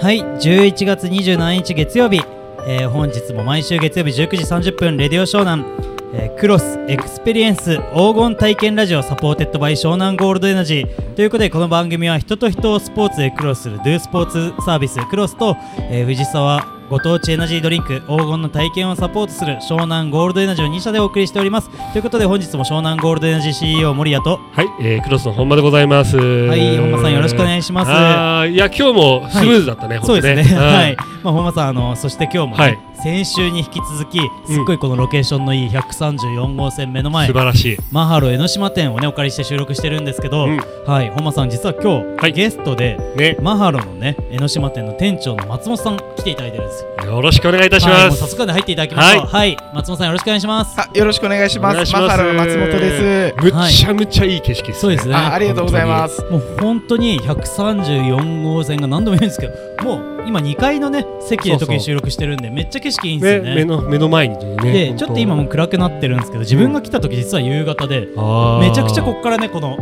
はい11月27日月曜日、えー本日も毎週月曜日19時30分レディオ湘南、えークロスエクスペリエンス黄金体験ラジオサポーテッドバイ湘南ゴールドエナジーということでこの番組は人と人をスポーツでクロスするドゥスポーツサービスクロスと、えー藤沢ご当地エナジードリンク黄金の体験をサポートする湘南ゴールドエナジーを2社でお送りしておりますということで本日も湘南ゴールドエナジー CEO 森谷とはい、えー、クロスの本間でございます。はい本間さんよろしくお願いしますあーいや、今日もスムーズだったね、そ本う当ですね。ははいい。。まあ本間さんあのそして今日もね、はい先週に引き続きすっごいこのロケーションのいい134号線目の前、素晴らしい。マハロ江ノ島店をねお借りして収録してるんですけど、うんはい本間さん実は今日、はいゲストでね、マハロのね江ノ島店の店長の松本さん来ていただいてるんですよ。よろしくお願いいたしはいまもうす。早速で入っていただきましょう。ははい、松本さんよろしくお願いします。あ、よろしくお願いしおます。願いしマますハロの松本です。むちゃむちゃいい景色です、ね。そうですね。あ、ありがとうございます。もう本当に134号線が何度も言うんですけど、もう今2階のね席でそう時そうに収録してるんでめっちゃ景色いいんですねよね目の目の前にね。で本ち当ょっと今もう暗くなってるんですけど自分が来た時実は夕方であーめちゃくちゃこっからねこの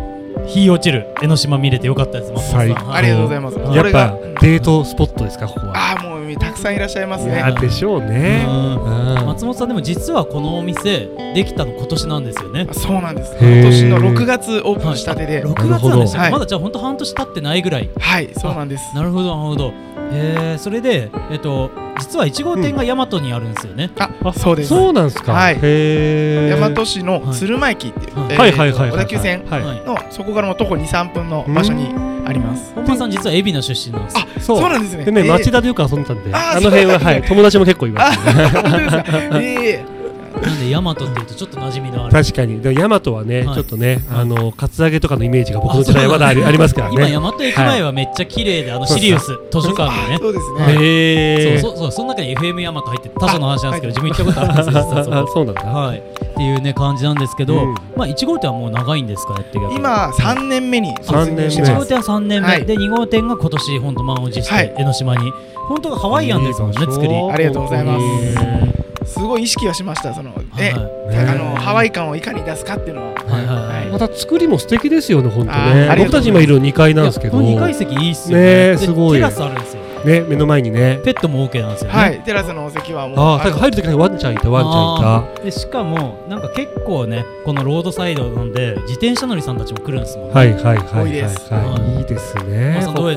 日落ちる江ノ島見れてよかったです松本最さん高。はいありがとうございますやっこれぱがデートスポットですか、ここは。あ、もうたくさんいらっしゃいますいね。やでしょうね。うんうん松本さんでも実はこのお店できたの今年なんですよねあそうなんです。へー今年の6月オープンしたてで。 6月なんですよ、なるほどまだじゃあ本当半年経ってないぐらいはい、そうなんです。なるほどなるほどへえそれでえっと実は1号店が大和にあるんですよね、あ、そうです。そうなんですか。はいへー大和市の鶴舞駅っていう、はいえーはいはいはいはい。小田急線はい。はいのそこからも徒歩2、3分の場所にあります。本間さん実は海老名出身なんですよあ、そうなんですね。でね、えー町田でよく遊んでたんで、あーあの辺は、はそうなんですねい、友達も結構います、ね。 本当ですか。えなんで大和っていうとちょっと馴染みのある確かに、でもヤマトはね、はいちょっとね、あのカツアゲとかのイメージが僕の時代はまだありあり ますから今ね。大和駅前はめっちゃ綺麗で、あのシリウス図書ー館であねそうですはいね。へーそうそうそうその中に FM 大和入ってて他社の話なんですけど自分行ったことあるんですよ実はそあこ そうなんだ。はいっていうね感じなんですけど、うんまあ1号店はもう長いんですかねって逆に今3年目に突入して1ま号す。店は3年目、はいで2号店が今年本当満を持しはいて江ノ島に、本当はハワイアンですもんねいい場所作りありがとうございます本すごい意識はしました。そのね、は当にあのハワイ感をいかに出すかっていうのは。いはいはいはいはまた作りも素敵ですよね、本当ねあ。ー僕たち今いる2階なんですけど、いやこの2階ね、席いいっすよねねえすごでいテラスあるんですよ目の前にね。ペットも OK なんですよね、はい、テラスのお席はもう。ああ、あだから入る時にワンちゃんいた、ワンちゃんいあーでしかもなんか結構ねこのロードサイドなんで自転車乗りさんたちも来るんですもんねた。はいはいはい多はいいですはい。いいですね松本さん。どうですかこここ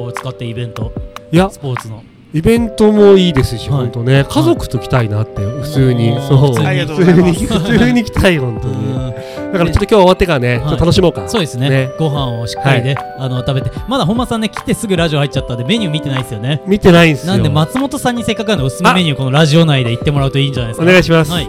こを使ってイベントいやス、ポーツのイベントもいいですし、はい本当ね、家族と来たいなって、普通にお、ーそう、普通にありがとうございます普通に普通に来たい、本当に。だからちょっと今日終わってからね、はいちょっと楽しもうか。そうですねねご飯をしっかりね、あの食べてまだ本間さんね来てすぐラジオ入っちゃったんでメニュー見てないですよね見てないんですよ。なんで松本さんにせっかくなんでおすすめメニューこのラジオ内で言ってもらうといいんじゃないですかお願いします。はい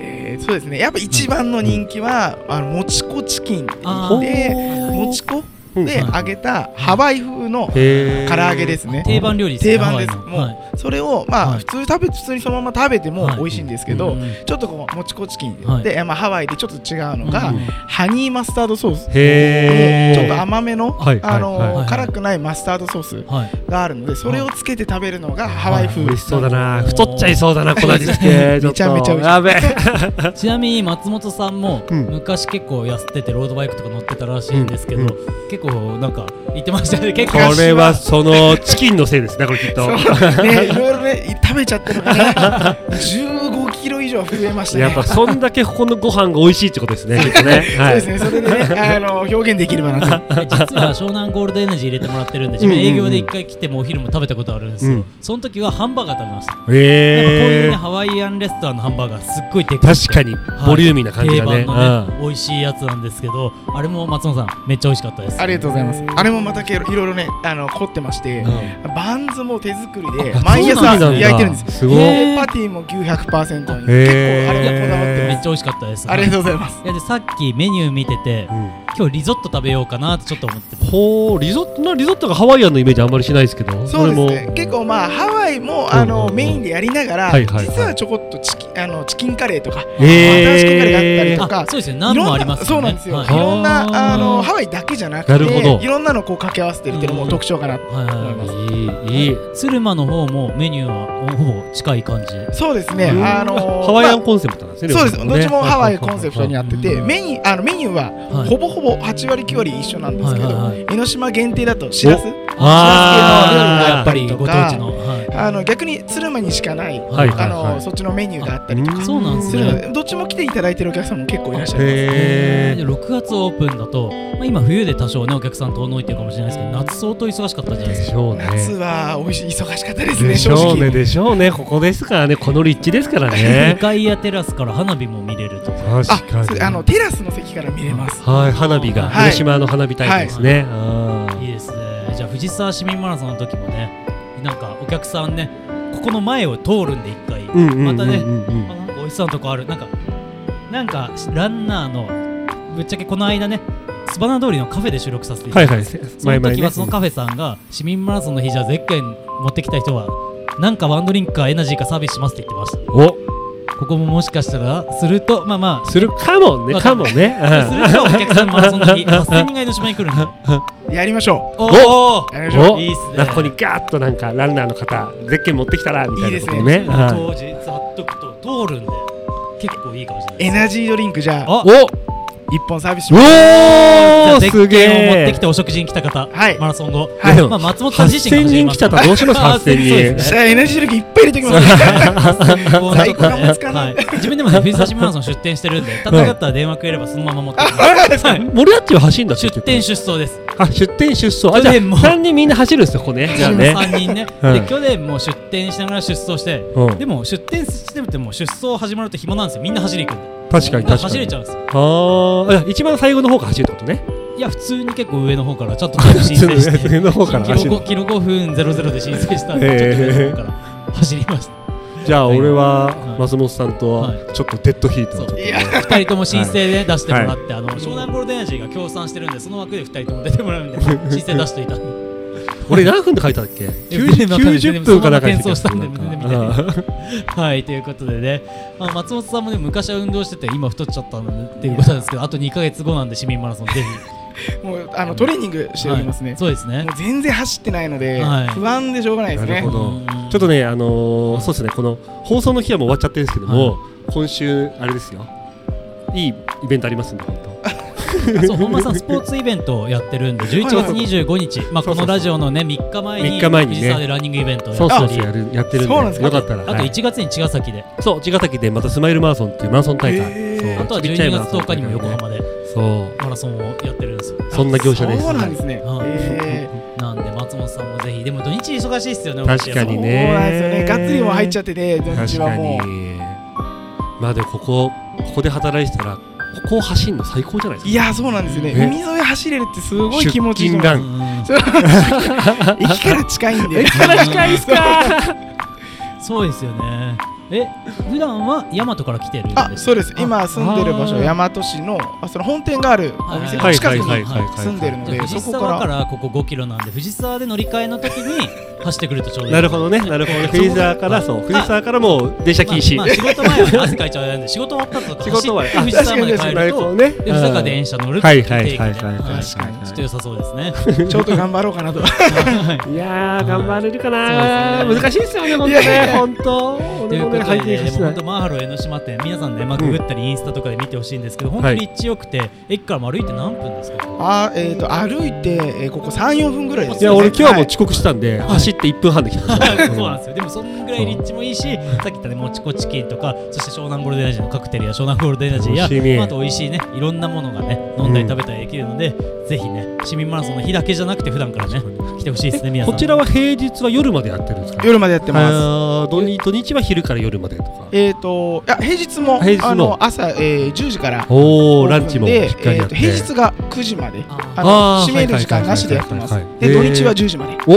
えーそうですね。やっぱ一番の人気は、あのもちこチキンあーで、もちこうんで揚げたハワイ風のへー唐揚げですね。定番料理ですね定番です。ハワイのもはいうそれをまはあい普通食べ普通にそのまま食べてもはい美味しいんですけうどん、ちょっとこうもちこチキンはいでまあハワイでちょっと違うのうがんハニーマスタードソース。へーちょっと甘めのはいはあいはのい辛くないマスタードソースはいがあるので、それをつけて食べるのがハワイ風。美味しそうだおな。ー太っちゃいそうだな、この味付け。 ょっとめちゃめちゃ美味しいやべえ。ちなみに松本さんもうん昔結構痩せててロードバイクとか乗ってたらしいんですけど、うんう結構なんか言ってましたよね結こ構れはそ のチキンのせいですね、これきっと。 ね、いろいろね、食べちゃったのがね、15キロ以上増えましたね。やっぱそんだけここのご飯が美味しいってことですね、きっとね。はそういですね、それでね、あの表現できればなと。実は湘南ゴールドエナジー入れてもらってるんで自分うんうんう営ん業で一回来てもお昼も食べたことあるんですよ、うんその時はハンバーガー食べました、やっぱこういうへねーハワイアンレストランのハンバーガーすっごいでかく確てかにはいボリューミーな感じがね。定番のね、美味しいやつなんですけどあれも松本さんめっちゃ美味しかったですありがとうございます。あれもまたけいろいろね、あの凝ってまして、バンズも手作りで毎そうなんだ朝焼いてるんですよ。すごい。へーでパティも900%に結構あへーれがこだわってめまっちゃ美味しかったですす。ありがとうございます。いやでさっきメニュー見ててうん今日リゾット食べようかなってちょっと思っててほう、リゾットなリゾットがハワイアンのイメージあんまりしないですけど。そこうでれすもね。結構まあハワイもんあのメインでやりながら、はいはいはい実はちょこっとチキンあのチキンカレーとか、新しくカレーがあったへりーとかあ、そうですよ何もありますいろよんねなそうなんですよ。はいい、ろんなあーあのハワイだけじゃななくるほどて、いろんなのこう掛け合わせてるっていうのうもん特徴かなとはいはいは思いいます。いい、いい。鶴間の方もメニューはほぼ近い感じそうですね。うんあのーハワイアンコンセプトなんですね。そうで両す。方どっちもハワイコンセプトにはなってて、うんメインあのメニューははいほぼほぼ8割9割一緒なんですけど、はいはい江ノ島限定だとしらすああやっぱりとご当か地の、はいあの逆に鶴間にしかない、はいはいあのはいそっちのメニューがあったりとかそうなんですするのねで、どっちも来ていただいてるお客さんも結構いらっしゃいます。えへー、6月オープンだと、まあ、今冬で多少ねお客さん遠のいてるかもしれないですけど夏相当忙しかったんじゃないでですしかょうね夏は美味しい忙しかったですねでし正ょうね直。でしょうねここですからねこの立地ですから2ね階やテラスから花火も見れるとか確あ、そかれにあのテラスの席から見れます。はい花火がはい広島の花火大会ですねあいいですねじゃあ藤沢市民マラソンの時もねなんかお客さんねここの前を通るんで1回、ーうんうんうまんたうねんうんあなんか美味しそうなとこあるなんかなんかランナーのぶっちゃけこの間ねスバナ通りのカフェで収録させていたはだいいたんはいですせそ前の々時ねはそのカフェさんが市民マラソンの日じゃあゼッケン持ってきた人はなんかワンドリンクかエナジーかサービスしますって言ってましたおここももしかしたらするとまあまするかもねわかかんもなねあ するとお客さんマラソンの 日8000人が江ノ島に来るんだやりましょおおう。やりましょう。おいいっすねなんかここにガーッとなんかランナーの方ゼッケン持ってきたらみたいなこといねはい当日貼っとくと通るんで結構いいかもしれないでエすナジードリンクじゃああお一本サービスします。おーじゃあすげゼッケンを持ってえきてお食事に来た方、はいマラソン後、はいまあ、松本さん自身かもしれま8000人来せたんらどうします8000人そうですじねゃあエナジードリンクいっぱい入れてきます。最高のお疲れ様はい、自分でもね、藤沢市マラソン出店してるんで、戦ったら電話くれればそのまま持ってきます。はい モルアッチは走るんだっけ出店出走です。あ出店出走あじ去ゃあ年も3人みんな走るんですよここねじゃあね3人ね。うんで、去年もう出店しながら出走して、うんでも出店してても出走始まると暇なんですよ。みんな走り行くんで。確かに確かにだら走れちゃうんですよ。あーあ一番最後の方が走るってことねいや、普通に結構上の方からちょっと申請して、上の方から走キロる5キロ5分00で申請したんで、ちょっと上の方から走りました。じゃあ俺ははい松本さんとはちょっとデッドヒートをちょっといや二人とも申請で出してもらって、あの湘南ゴールデンエナジーが協賛してるんでその枠で二人とも出てもらうんで申請出していた んで俺何分で書いたっけ 全然わかんない90分かなんか全然そのまま転送したんでなんかあーはいということでねあの松本さんもね昔は運動してて今太っちゃったんでっていうことなんですけどあと二ヶ月後なんで市民マラソンぜもうあのトレーニングしひておりますねはい。そうですねもう全然走ってないのではい不安でしょうがないですなるねほ。どうんちょっとねあのーそうですねこの放送の日はもう終わっちゃってるんですけども今週あれですよいいイベントありますんで本当あそう本間さんスポーツイベントをやってるんで11月25日まあそうそうそうこのラジオのね三日前に三日前にね藤沢でランニングイベントをそうやそっうたそうりやるやってるんそうなんですでかよかったらあとはい1月に茅ヶ崎でそう茅ヶ崎でまたスマイルマラソンっていうマラソン大へ会ーそうあとはち12っちゃいマラ月ソ10ン日大会にも横浜でそうマラソンをやってるんですよそんな業者ですそうなんですね。はいえーなんで松本さんもぜひでも土日忙しいっすよね確かお店にもねそうなんですよね。がっつりも入っちゃってて、土確日はかにもまあでもここここで働いてたらここを走るの最高じゃないでう。すいかやー、そうなんですよね。ね海沿い走れるってすごい気持ちいいと出思う。勤ランうん駅から近いんで。近いっすかそうですよねえ普段は大和から来てるんですか あ、そうです。今住んでる場所、あー大和市の、あその本店があるお店のはい近くはいにはい住んでるのじゃであ、そ藤こ沢かから。らここ5キロなんで藤沢で乗り換えの時に走ってくるとちょうどいいなるほどねなるほどねフリーザーからそうフリーザーからもう電車禁止まあまあ仕事前は汗かいちゃうやんで仕事終わった後とか仕事終わり走って藤沢まで帰なるるほどとねで藤沢から電車乗るっていう定義はいではいはいははいい確かにちょっと良さそうですねちょっと頑張ろうかなと。いやー頑張れるかそなうですね難しいですよね本当いやいねや本当という俺もこねと拝で、見ね、でしもな本い当マーハロー江ノ島店皆さんね、まあ、うんググったりインスタとかで見てほしいんですけど、本当はいに立地良くて駅からも歩いて何分ですかあー、えっと、歩いて、えーここ3、4分ぐらいですいね。や俺今日はもうい遅刻したんでい走って1分半で来 たそうなんですよでもそんぐらい立地もいいしさっき言ったねもちこチキンとかそして湘南ゴールデンエナジーのカクテルや湘南ゴールデンエナジーや楽しみまああと美味しいねいろんなものがね飲んだりうん食べたりできるので、ぜひね市民マラソンの日だけじゃなくて普段からね来てほしいですね皆さんこちらは平日は夜までやってるんですか夜までやってます。あー土日土日は昼から夜までとかえっと、いや、平日も、平日もあの、朝、えー10時から。おおランチもしでっかりえやーっとて平日が9時まで。あああーの閉める時間なしでやってますはいはいはい。はいで、土はい日は10時まで。お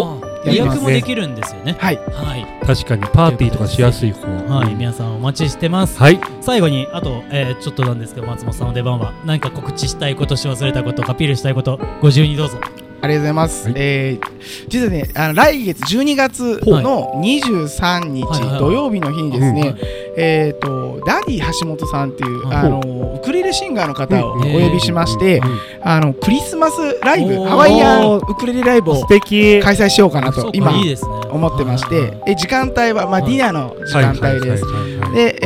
予約もいでいですねきるんですよねはい。はい、確かにパーティーとかしやすい方はいうん皆さんお待ちしてますはい最後にあと、えーちょっとなんですけど松本さんの出番は何か告知したいことし忘れたことアピールしたいことご自由にどうぞありがとうございます。はいえー実はね、あの来月12月の23日、はいはいはい土曜日の日にですね、はいえっ、とダディ橋本さんっていう、はいあのウクレレシンガーの方をおうん呼びしまして、うんあのクリスマスライブ、おーハワイアンウクレレライブを素敵開催しようかなそとうか今いいですね思ってまして、え時間帯はまはあデいィナーの時間帯です。はいはいはいはいで、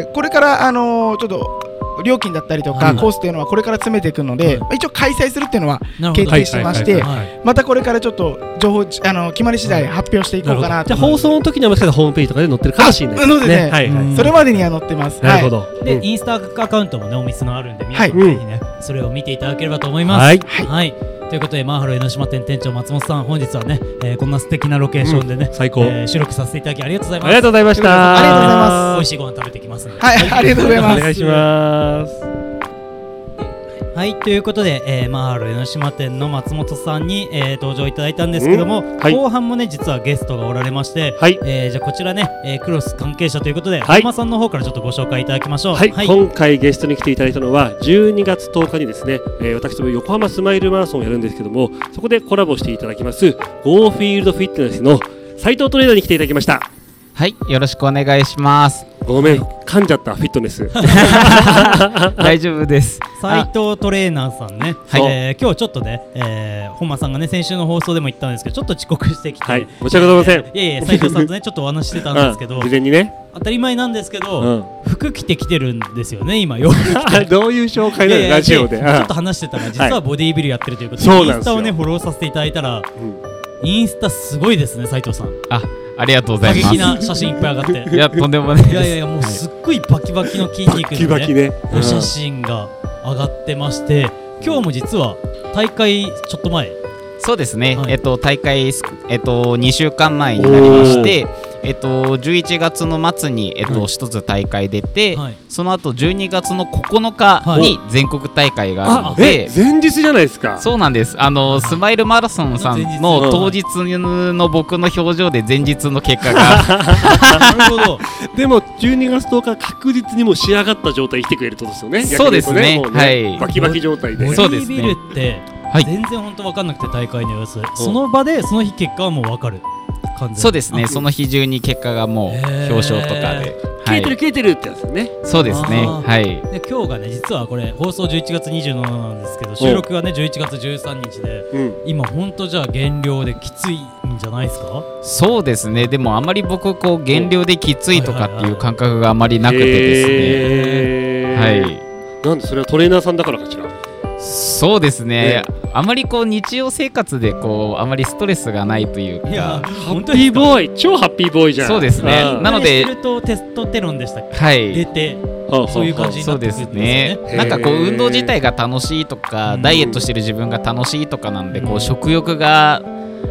えーこれからあのーちょっと料金だったりとはかいコースというのはこれから詰めていくので、一応開催するっていうのはなるほ決どはい定してまして、はいはいはいはいまたこれからちょっと情報あの決まり次第発表していこうかなじとゃあ放送の時にはもしかしたらホームページとかで載ってるかもしれないあそうですねはいはいうんそれまでには載ってます。なるほはいど、で、うんインスタアカウントもねお店のあるんで皆さんぜはいひね、それを見ていただければと思います。はいはいということでマーハロ江ノ島店店長松本さん本日はね、えーこんな素敵なロケーションでね、うん最高えー収録させていただきありがとうございあまりす。がとうございましたありがとうござい美ま味しいご飯食べてきますんで。はい、ありがとうございますお。願いしますはいということで、えー、マーハロ江ノ島店の松本さんに、えー登場いただいたんですけども、うんはい後半もね実はゲストがおられまして、はいえーじゃあこちらね、えークロス関係者ということで、はい本間さんの方からちょっとご紹介いただきましょう。はい、今回ゲストに来ていただいたのは12月10日にですね、えー私ども横浜スマイルマラソンをやるんですけどもそこでコラボしていただきますゴーフィールドフィットネスの斉藤トレーナーに来ていただきましたはい、よろしくお願いします。ごめん、噛んじゃったフィットネス大丈夫です。斉あ藤トレーナーさんね、はいえー今日ちょっとね、えー、本間さんがね先週の放送でも言ったんですけどちょっと遅刻してきて、はい申し訳ございませんいやいや斉藤さんとねちょっとお話ししてたんですけどうん事前にね、当たり前なんですけど、うん服着てきてるんですよね今よどういう紹介いなやのいやラジオでちょっと話してたら実はボディービルやってるということで、そうイなんンでスすよタをねフォローさせていただいたらうんインスタすごいですね斉藤さんあ、ありがとうござ過いま激す。な写真いっぱい上がって いや、とんでもないです。いやいやいやもうすっごいバキバキの筋バ肉キバのキねね、うんお写真が上がってまして今日も実は大会ちょっと前そうですね。はいえっと大会すえっと2週間前になりまして、えっと11月の末にえっはと一つ大会出て、はいその後12月の9日に全国大会がああるのえで。前日じゃないですかそうなんですあのスマイルマラソンさんの当当日日の僕の表情で前日の結果 がなるほどでも12月10日確実にもう仕上がった状態に来てくれるってことですよねそうです逆にね言うともうはいバキバキ状態でボデそうィですーねビルってはい全然本当分かんなくて大会の様子、その場でその日結果はもう分かる感じ そうですねその日中に結果がもうへー表彰とかで、消えてる消えてるってやつだよねそうですねあーはいで今日がね実はこれ放送11月27なんですけど収録がね11月13日でうん今本当じゃあ減量できついんじゃないですかそうですねでもあまり僕こう減量できついとかっていう感覚があまりなくてへですーね、はいなんでそれはトレーナーさんだからかしらそうですねねあまりこう日常生活でこうあまりストレスがないというかいやハ本ッ当にピーボーイ超ハッピーボーイじゃんそうですねああなのでシルトテストテロンでしたっけはい出てああそういう感じにそなっうてでくるすんですねよへーなんかこう運動自体が楽しいとかうんダイエットしてる自分が楽しいとかなんでうこんう食欲が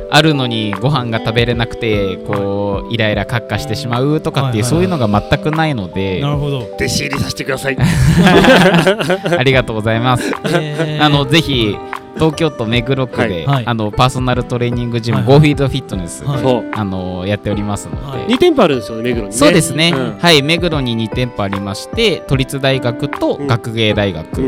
あるのにご飯が食べれなくてこうイライラカッカしてしまうとかってはいはいはいういそういうのが全くないのでなるほど弟子入りさせてくださいありがとうございますえー あのぜひ東京都目黒区で、はいあのパーソナルトレーニングジム、はいゴーフィールドフィットネス、はいそうあのやっておりますので、はい二店舗あるんですよね目黒にねそうですね、うんはい目黒に2店舗ありまして都立大学とうん学芸大学うん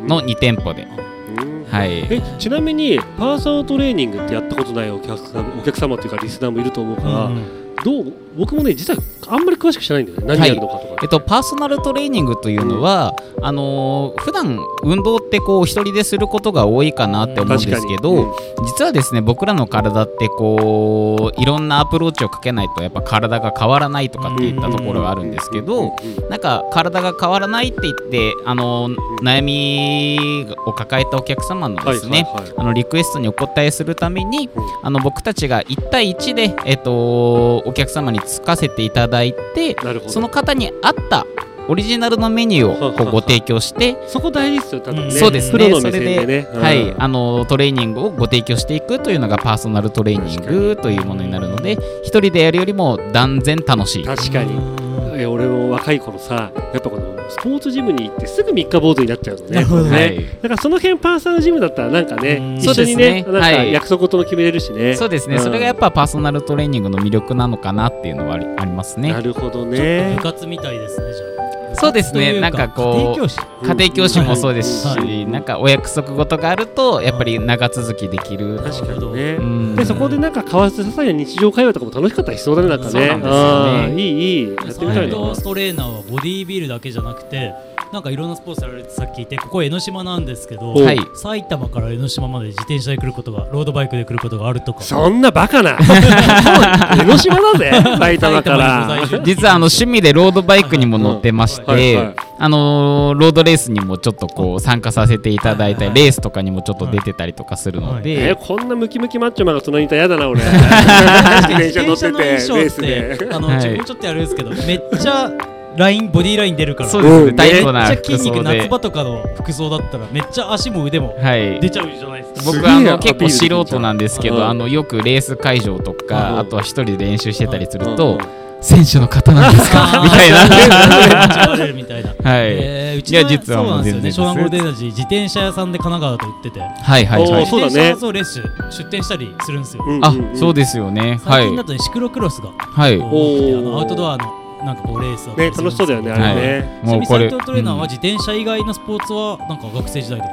うんの2店舗で、うんはいえちなみにパーソナルトレーニングってやったことないお客さんお客様っていうかリスナーもいると思うから、うんどう僕もね実はあんまり詳しく知らないんだよね何やるのかとか、えっと、パーソナルトレーニングというのは、あのー普段運動ってこう一人ですることが多いかなって思うん確でかすにけど、実はですね僕らの体ってこういろんなアプローチをかけないとやっぱ体が変わらないとかっていったところがあるんですけどなんか体が変わらないって言ってあの悩みを抱えたお客様のですねはいはいはいあのリクエストにお答えするためにうんあの僕たちが1対1で、えっとお客様につかせていただいてなるほどその方に合ったオリジナルのメニューをこうご提供してそこ大事ですよ多分ね、うんそうですねプロの目線でねうんはい、あのトレーニングをご提供していくというのがパーソナルトレーニングというものになるので一人でやるよりも断然楽しい確かにうんえ俺も若い頃さやっぱこのスポーツジムに行ってすぐ三日坊主になっちゃうのねなるほどはね、いだからその辺パーソナルジムだったらなんかね、うん一緒にねそうですねなんかはい約束事も決めれるしね、そうですね、うんそれがやっぱパーソナルトレーニングの魅力なのかなっていうのはありありますなねるほど部ね活みたいですねじゃあそうですといねなんか家こう庭教師家庭教師もそうですし、はいなんかお約束事があるとやっぱり長続きできる、確かにね、うんでそこでなんか交わす些細な日常会話とかも楽しかったりしそうだねなんかねそうなんですよねあーいいいいやってみた斉いな、藤トレーナーはボディービルだけじゃなくてなんかいろんなスポーツやられてさっき聞いてここ江ノ島なんですけど、はい埼玉から江ノ島まで自転車で来ることがロードバイクで来ることがあるとかそんなバカな 江ノ島だぜ埼玉か埼ら玉にご在住実はあの趣味でロードバイクにも乗ってまして、はいはいあのーロードレースにもちょっとこう参加させていただいたりレースとかにもちょっと出てたりとかするのえー、で、こんなムキムキマッチョマンが隣にいたら嫌だな俺電車乗っててレースであのはい自分ちょっとやるんですけどめっちゃラインボディライン出るからそうめっですうねんタイちトなゃ服筋肉装夏で場とかの服装だったらめっちゃ足も腕もはい出ちゃうじゃないですかす僕げえあアのピール結で構きる素人なんですけうんどあのよくレース会場とうかんあとは一人で練習してたりするうんと選手の方なんですか みたい なな間違われるみたいなはいえーうちいのや実はそうなんもうですよ全然ねです湘南ゴールデンエナジー自転車屋さんで神奈川と言っててはいはいはおーいそうだね自転車そうレース出店したりするんですようんあんんそうですよねは最い近だとねシクロクロスがはいこうおーあのアウトドアのなんかこうレースだったねりする楽しそうだよねはあいれね、ちなもみうにこ斉れ藤トレーナーうはん自転車以外のスポーツはなんか学生時代とか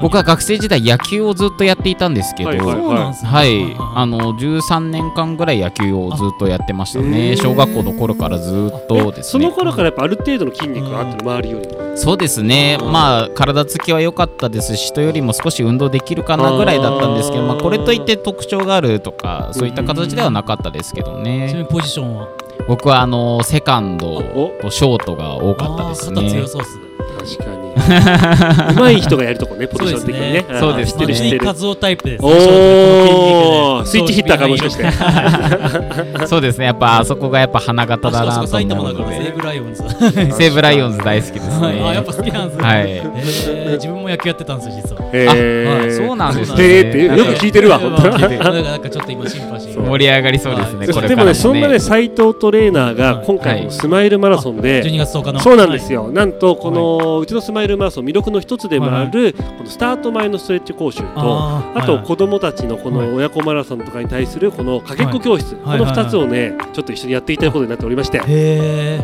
僕は学生時代野球をずっとやっていたんですけどはいはいそうなんですねはい、あの13年間ぐらい野球をずっとやってましたあへーね、小学校の頃からずっとですそのね。頃からやっぱある程度の筋肉があっての周りよりもそうですね、まあ、体つきは良かったですし、人よりも少し運動できるかなぐらいだったんですけど、あーまあ、これといって特徴があるとか、そういった形ではなかったですけどちなみね、にポジションは僕はあのセカンドおとショートが多かったですあー肩ね強。そうっす確かに上手い人がやるとこねポジション的にね そうであーすね知ってる知ってる数タイプですおースイッチヒッターかも しかして そうですね、やっぱあそこがやっぱ花形だだななと埼思玉うだかのら西で、武ライオンズ西武ライオンズ大好きですはいあやっねぱ。好きなんですねはいえー自分も野球やってたんですよ実はあはいそうなんですねへーってよく聞いてるわ本当なんかなんかちょっと今シンパシー盛り上がりそうですね、はいこでれかもね、らもそんなね、斎藤トレーナーが今回のスマイルマラソンで、 12月10日のそうなんですよ、なんとこのうちのスマイルマラソン魅力の一つでもあるこのスタート前のストレッチ講習とああーとはい子どもたちのこはいの親子マラソンとかに対するこのかけっこ教室こはいのはい2つをねちょっと一緒にやっていきたいことになっておりましてへえ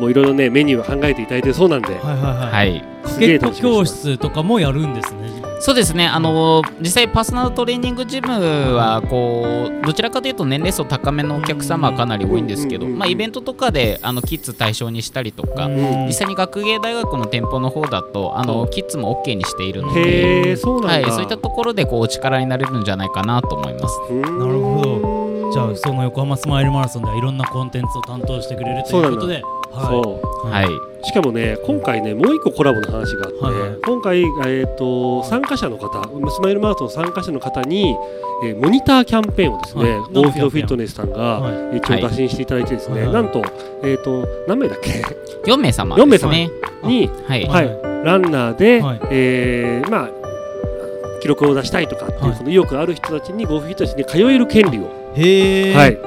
もういろいろねメニューを考えていただいてるそうなんではいはいはいはい、かすげけえっこ楽しみ教にして室とかもやるんですね。そうですね、あの実際、パーソナルトレーニングジムはこう、どちらかというと年齢層高めのお客様はかなり多いんですけど、うんうんうんうんまあ、イベントとかであのキッズ対象にしたりとか、ん実際に学芸大学の店舗の方だと、あのキッズも OK にしているのますで、へえそうなはんい、だ、そういったところでこうお力になれるんじゃないかなと思います。ななるほどじゃあその横浜スマイルマラソンではいろんなコンテンツを担当してくれるということで、はそういはい、しかもね、今回ね、もう一個コラボの話があって、はいはい今回、えーと、参加者の方、スマイルマラソン参加者の方に、えーモニターキャンペーンをですね、はいゴーフィードフィットネスさんが、はい一応打診していただいてですね、はいなんと、えーと、何名だっけ4名様ですね。あに、はい、ははいい、ランナーで、はいえーまあ、記録を出したいとかっていう、はいその意欲ある人たちに、ゴーフィードフィットネスに通える権利を、へえ、はい、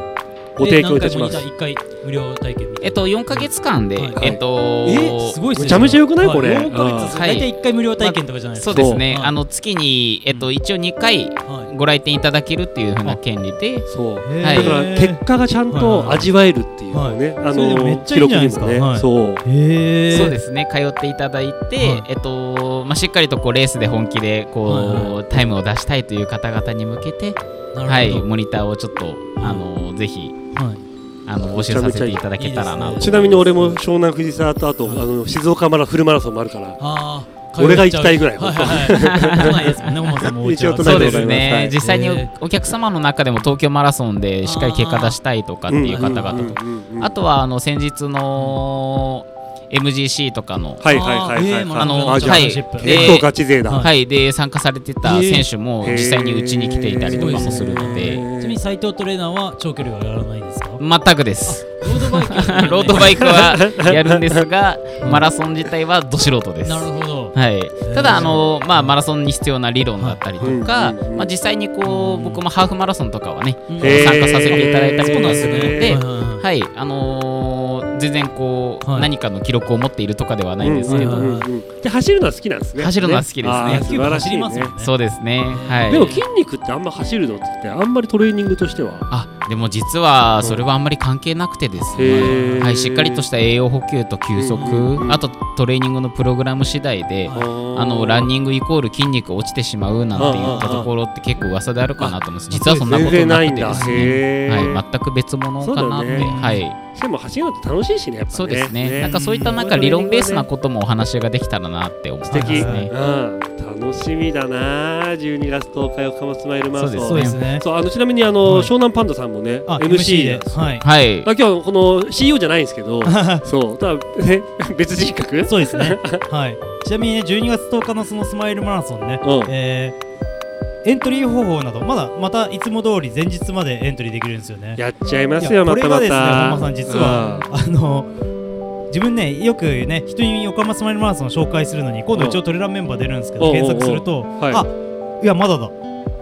ご提供いたしま。です何回も似た一回無料体験みたえいっと、4か月間で、はいえっと、な。えすごいっすね。めちゃめちゃ良くないこれ4ヶ月ですよはい大体一回無料体験とかじゃないですそか。うですね、そうあの月に、えっと、一応2回はいご来店いただけるっていうふうな権利で、そうへーはだいから結果がちゃんと味わえるっていうのね、あそれでもめっのちゃいいんじゃないです記か録にもね、はいそうへえ。そうですね通っていただいて、はいえっとまあ、しっかりとこうレースで本気でこう、はいタイムを出したいという方々に向けて、なるほど。はい、モニターをちょっと、あのぜひはいあの募集させていただけたらなめとちなみに俺も湘南藤沢とあとあの静岡マラフルマラソンもあるからああ。俺が行きたいぐらいはい はいはい。都内ですもんね、小野さんもお家は一応都内そうでありがとうござすいますはいね実際にへーおお客様の中でも東京マラソンでしっかり結果出したいとかっていう方々とか、うんうんうんうんあとはあの先日の MGC とかのはいはいはいはいはい、あーえーあマラソンのマラソはンいはい結で構ガチ勢だ、ははい、で参加されてた選手も実際にうちに来ていたりとかもするのへでーちなみに斉藤トレーナーは長距離はやらないんですか。 ロ全くですードバイクは、ロードバイクはやるんですがマラソン自体はど素人で すなるほど。はい、ただあの、まうあ、んマラソンに必要な理論だったりとはか、いうんうんうんまあ、実際にこう僕もハーフマラソンとかはね、うんこう参加させていただいたりへーとかするのはいでは、いはいはいあのー全然こう、はい何かの記録を持っているとかではないんですけど、うんうんで走るのは好きなんですね走るのは好きですねあー素晴ら野球部しい走りますねもんねそうですね、はい、でも筋肉ってあんま走るのってあんまりトレーニングとしてはあでも実はそれはあんまり関係なくてですへね、ーはい、しっかりとした栄養補給と休息、うんうんあとトレーニングのプログラム次第で、はあのランニニングイコール筋肉落ちてしまうなんて言ったところって結構噂であるかなと思うんです実はそんなこと全然なないくんてでだすね、へーはい、全く別物かなって、そうだよねはい、でも走るのって楽しいしねやっぱねそうですねなんかそういったなんうかん理論ベースなこともお話ができたらなって思っ素てま敵、すはいね。うん、楽楽しみだなあ12月10日横浜スマイルマラソンそうですね。そうあのちなみにあの、はい湘南パンダさんもねあ、 MC MC でで。はい。はいあ今日この CEO じゃないんですけ どそうただ、ね、 別人格そうですね。はい。ちなみにね、12月10日のそのスマイルマラソンね、うんえーエントリー方法など、まだまたいつも通り前日までエントリーできるんですよね。やっちゃいまいやすよまこれたがまですね、本間たさん、実は、あの、自分ね、よくね、人に横浜スマイルマラソンを紹介するのに、今度一応トレランメンバー出るんですけうど、ん検索すると、はいあいや、まだだ。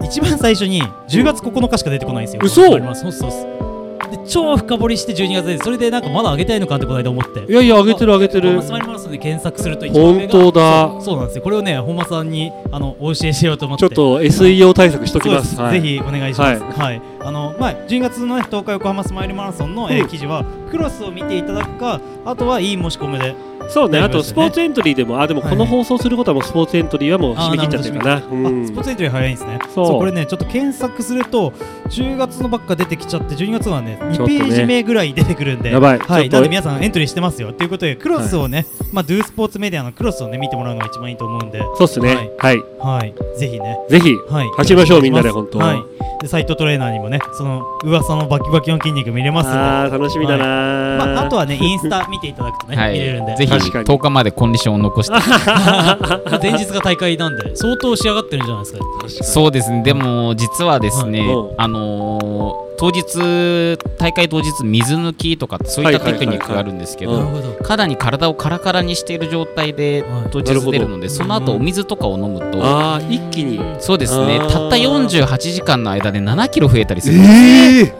一番最初に10月9日しか出てこないんですよ。嘘横浜スマイルマラソンそうそうそうで超深掘りして12月でそれでなんかまだ上げたいのかってこの間思っていやいや上げてる上げてホるマスマイルマラソンで検索すると一番上本が当だそうなんですよこれをね本間さんにあのお教えしようと思っちょてっと SEO 対策しときそうまですす、はいぜひお願いします、はいあのまあ、12月の、ね、10日横浜スマイルマラソンの、えーうん記事はクロスを見ていただくかあとはいい申し込みでそうねやありまとすスよねポーツエントリーでもあでもこのはい放送することはもうスポーツエントリーはもう締め切っちゃってるかなうあんスポーツエントリー早いんですねそうこれねちょっと検索すると10月のばっか出てきちゃって12月のはねちょ2っとペねージ目ぐらい出てくるんでやばいはちょい、っとなので皆さんエントリーしてますよということでクロスをね、まあ、ドゥスポーツメディアのクロスをね見てもらうのが一番いいと思うんで、そうっすねはいはい、ぜひねぜひはい、走りましょうみんなでお願いし本当ますはい、でサイトトレーナーにもねその噂のバキバキの筋肉見れますんであー楽しみだなまあ、あとははねインスタ見ていただくとね、は見れるんでい、ぜひ確かに10日までコンディションを残し てまあ 前日が大会なんで相当仕上がってるんじゃないですかそうですねでも実はですね、はいうんあのー当日大会当日水抜きとかってそういったはいテはいはいはいクニックがあるんですけうんどほど肌に体をカラカラにしている状態ではい当なるほ日ど出るのでその後お水とかを飲むとあー一気にそうですねあーたった48時間の間で7キロ増えたりするんですええ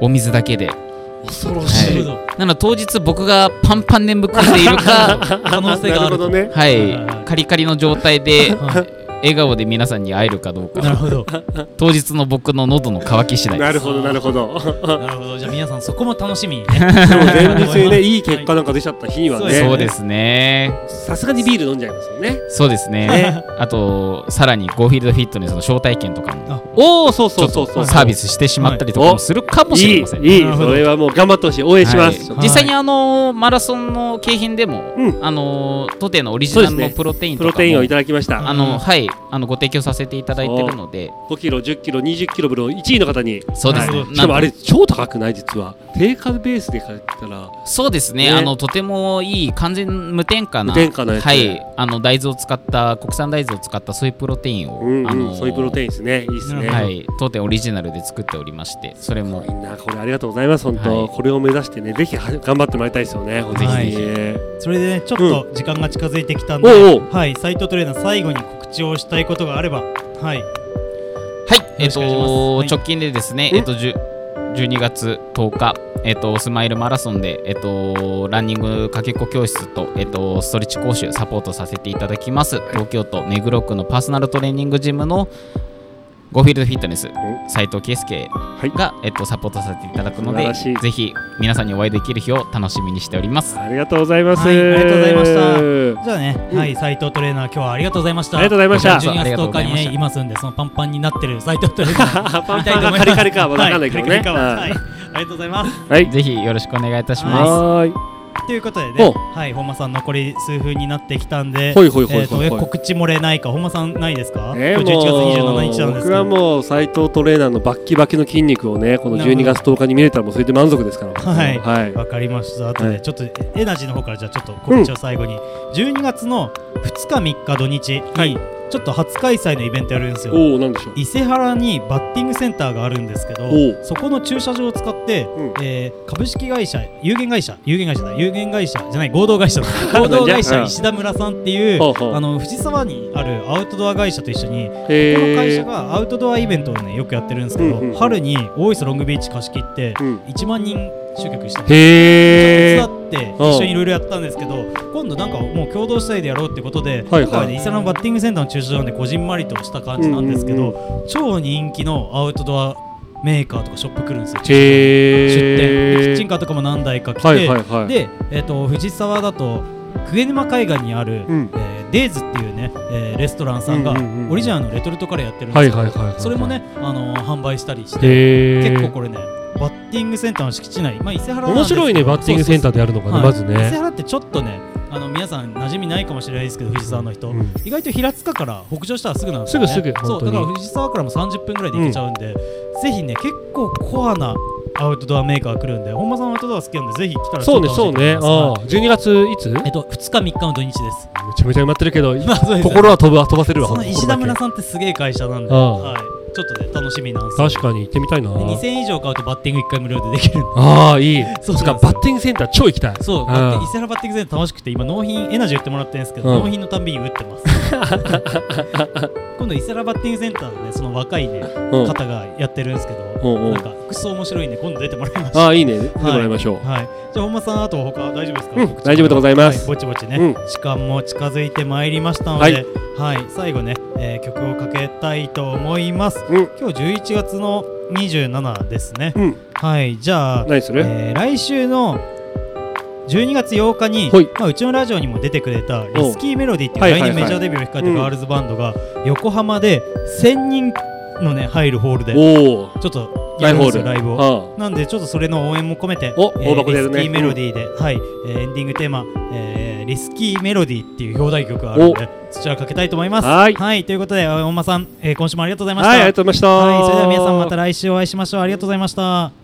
お水だけで恐ろししい、いなるほなので当日僕がパンパンでむくんでいる かど可能性があるなるほどねはいカリカリの状態ではい笑顔で皆さんに会えるかどうなるかほど当日の僕の喉の渇き次第ですなるほどなるほどなるほどじゃあ皆さんそこも楽しみにね でも前日にねいい結果なんか出ちゃった日にはほどそねうですねさすがにビール飲んじゃいますよねそうですねねあとさらにゴーフィールドフィットネスの招待券とかもおおそうちょそうっそうそとうサービスしてしまったりとかもするかもしれませんいいいいなるほどそれはもう頑張ってほしい応援します、はい実際にあのーマラソンの景品でも、うんあのー当店のオリジナルそうでのすねプロテインとプロかもテインをいただきましたあのはいあのご提供させていただいてるので5キロ、10キロ、20キロブロ1位の方に、そうですね、はしかもあなんれ、超高くない、実は、定価ベースで買ったら、そうですねねあのとてもいい完全無添加無な添加のやつはいあの大豆を使った国産大豆を使ったソイプロテインを、うんあうのん、そういうプロテインですね、いいですね。はい当店オリジナルで作っておりましてそれもみんな、これありがとうございます、本当、はいこれを目指してね、ぜひは頑張ってもらいたいですよね、本当にはいそれでねちょっと時間が近づいてきたんで、おうおうはいサイトトレーナー最後に告知をしたいことがあればはいはい、えっ、とよろしくお願いしますはい直近でですね、うんえっ、とじゅ12月10日、えっ、とスマイルマラソンでえっ、とランニングかけっこ教室とえっ、とストレッチ講習サポートさせていただきます。東京都目黒区のパーソナルトレーニングジムのゴーフィールドフィットネスん斉藤圭介はいが、えっとサポートさせていただくの素晴でらしいぜひ皆さんにお会いできる日を楽しみにしております。ありがとうございます、はいありがとうございましたた。じゃあね、うんはい斉藤トレーナー今日はありがとうございましたありがとうございました12月10日にありがとうございましねたいますんでそのパンパンになってる斉藤トレーナー パン見たいとパンが思いますカリカリかは分かんないけどはカリね。カリかははいあはりがとうございますい、ぜひよろしくお願いいたします。はーい、ということでねおうはい本間さん残り数分になってきたんでほいほいほいほいえーとほいえ告知漏れないか本間さんないですか、ね今日11月27日なんでもうす僕けどはもう斎藤トレーナーのバッキバキの筋肉をね、この12月10日に見れたら、もうそれで満足ですから。はいはい、わかりました。あとはでいちょっとエナジーの方からじゃあちょっと告知を最後に、12月の2日3日土日に、ちょっと初開催のイベントやるんですよ。おお、なんでしょう。伊勢原にバッティングセンターがあるんですけどおうそこの駐車場を使って、うんえー株式会社有限会社有限会社だ有限会社じゃない合同会社 だ合同会社石田村さんっていうほうほうあの藤沢にあるアウトドア会社と一緒にえこの会社がアウトドアイベントをねよくやってるんですけど、うんうんうん春に大磯ロングビーチ貸し切ってうん1万人集客してへ手え。伝って一緒にいろいろやったんですけど今度なんかもう共同主体でやろうってことで、はいはい今回はね伊勢原のバッティングセンターの駐車場でこじんまりとした感じなんですけど、うん超人気のアウトドアメーカーとかショップ来るんですよ出店へーでキッチンカーとかも何台か来て、はいはいはい。、で、えー、と藤沢だと鵠沼海岸にある、うんえーデイズっていうね、えーレストランさんがうんうんうんオリジナルのレトルトカレーやってるんですけど、はいはいはいはいそれもね、あのー販売したりしてへー結構これねバッティングセンターの敷地内、まあ、伊勢原なんで面すけど白いね、バッティングセンターでやるのがね、はいまず伊勢ね。原ってちょっとねあの皆さん馴染みないかもしれないですけど藤沢の人、うん意外と平塚から北上したらすぐなんですよねすぐすぐそ本う当だにから藤沢からも30分ぐらいで行けちゃうんで、ぜひね結構コアなアウトドアメーカー来るんで本間さんアウトドア好きなんでぜひ来たらそうねそうねあああ12月いつめえっと2日3日の土日です ちゃめちゃ埋まってるけどまあそうです心は飛ぶ飛ばせるわその石田村こさんってすげえ会社なんで、ああはい、ちょっとね楽しみなんですこだけ確かに行ってみたいなで2000円以上買うとバッティング1回無料でできるんでああいいそそうっなんですかバよッティングセンター超行きたいそう、んだって伊勢原バッティングセンター楽しくて、今納品エナジー売ってもらってるんですけど、うん納品のたんびに打ってます。 今度伊勢原バッティングセンターのね、その若いね、うん方がやってるんですけど、うんうんなんかクソ面白いんで、今度出てもらいましょう。ああいいね出てもらいましょう、はい、じゃあ本間さんあとは他大丈夫ですか、うん告知大丈夫でございますはぼちぼちね、うん時間も近づいてまいりましたので、はい最後ね、えー曲をかけたいと思います、うん今日11月の27ですね、うんはいじゃあ何する、えー来週の12月8日に、はいまあ、うちのラジオにも出てくれた「リスキーメロディ」っていうはい来はいはい年メジャーデビューを控えたガールズバンドが横浜で1000人のね入るホールでちおおょっとや大るんホでーすよルライブを。あなんでちょっとそれの応援も込めてお大箱でやるねリスキーメロディーで、はいえーエンディングテーマ、えーリスキーメロディーっていう表題曲があるのでそちらかけたいと思います。はいということで本間さん、えー今週もありがとうございあました。はいありがとうございました、はいそれでは皆さんまた来週お会いしましょう。ありがとうございました。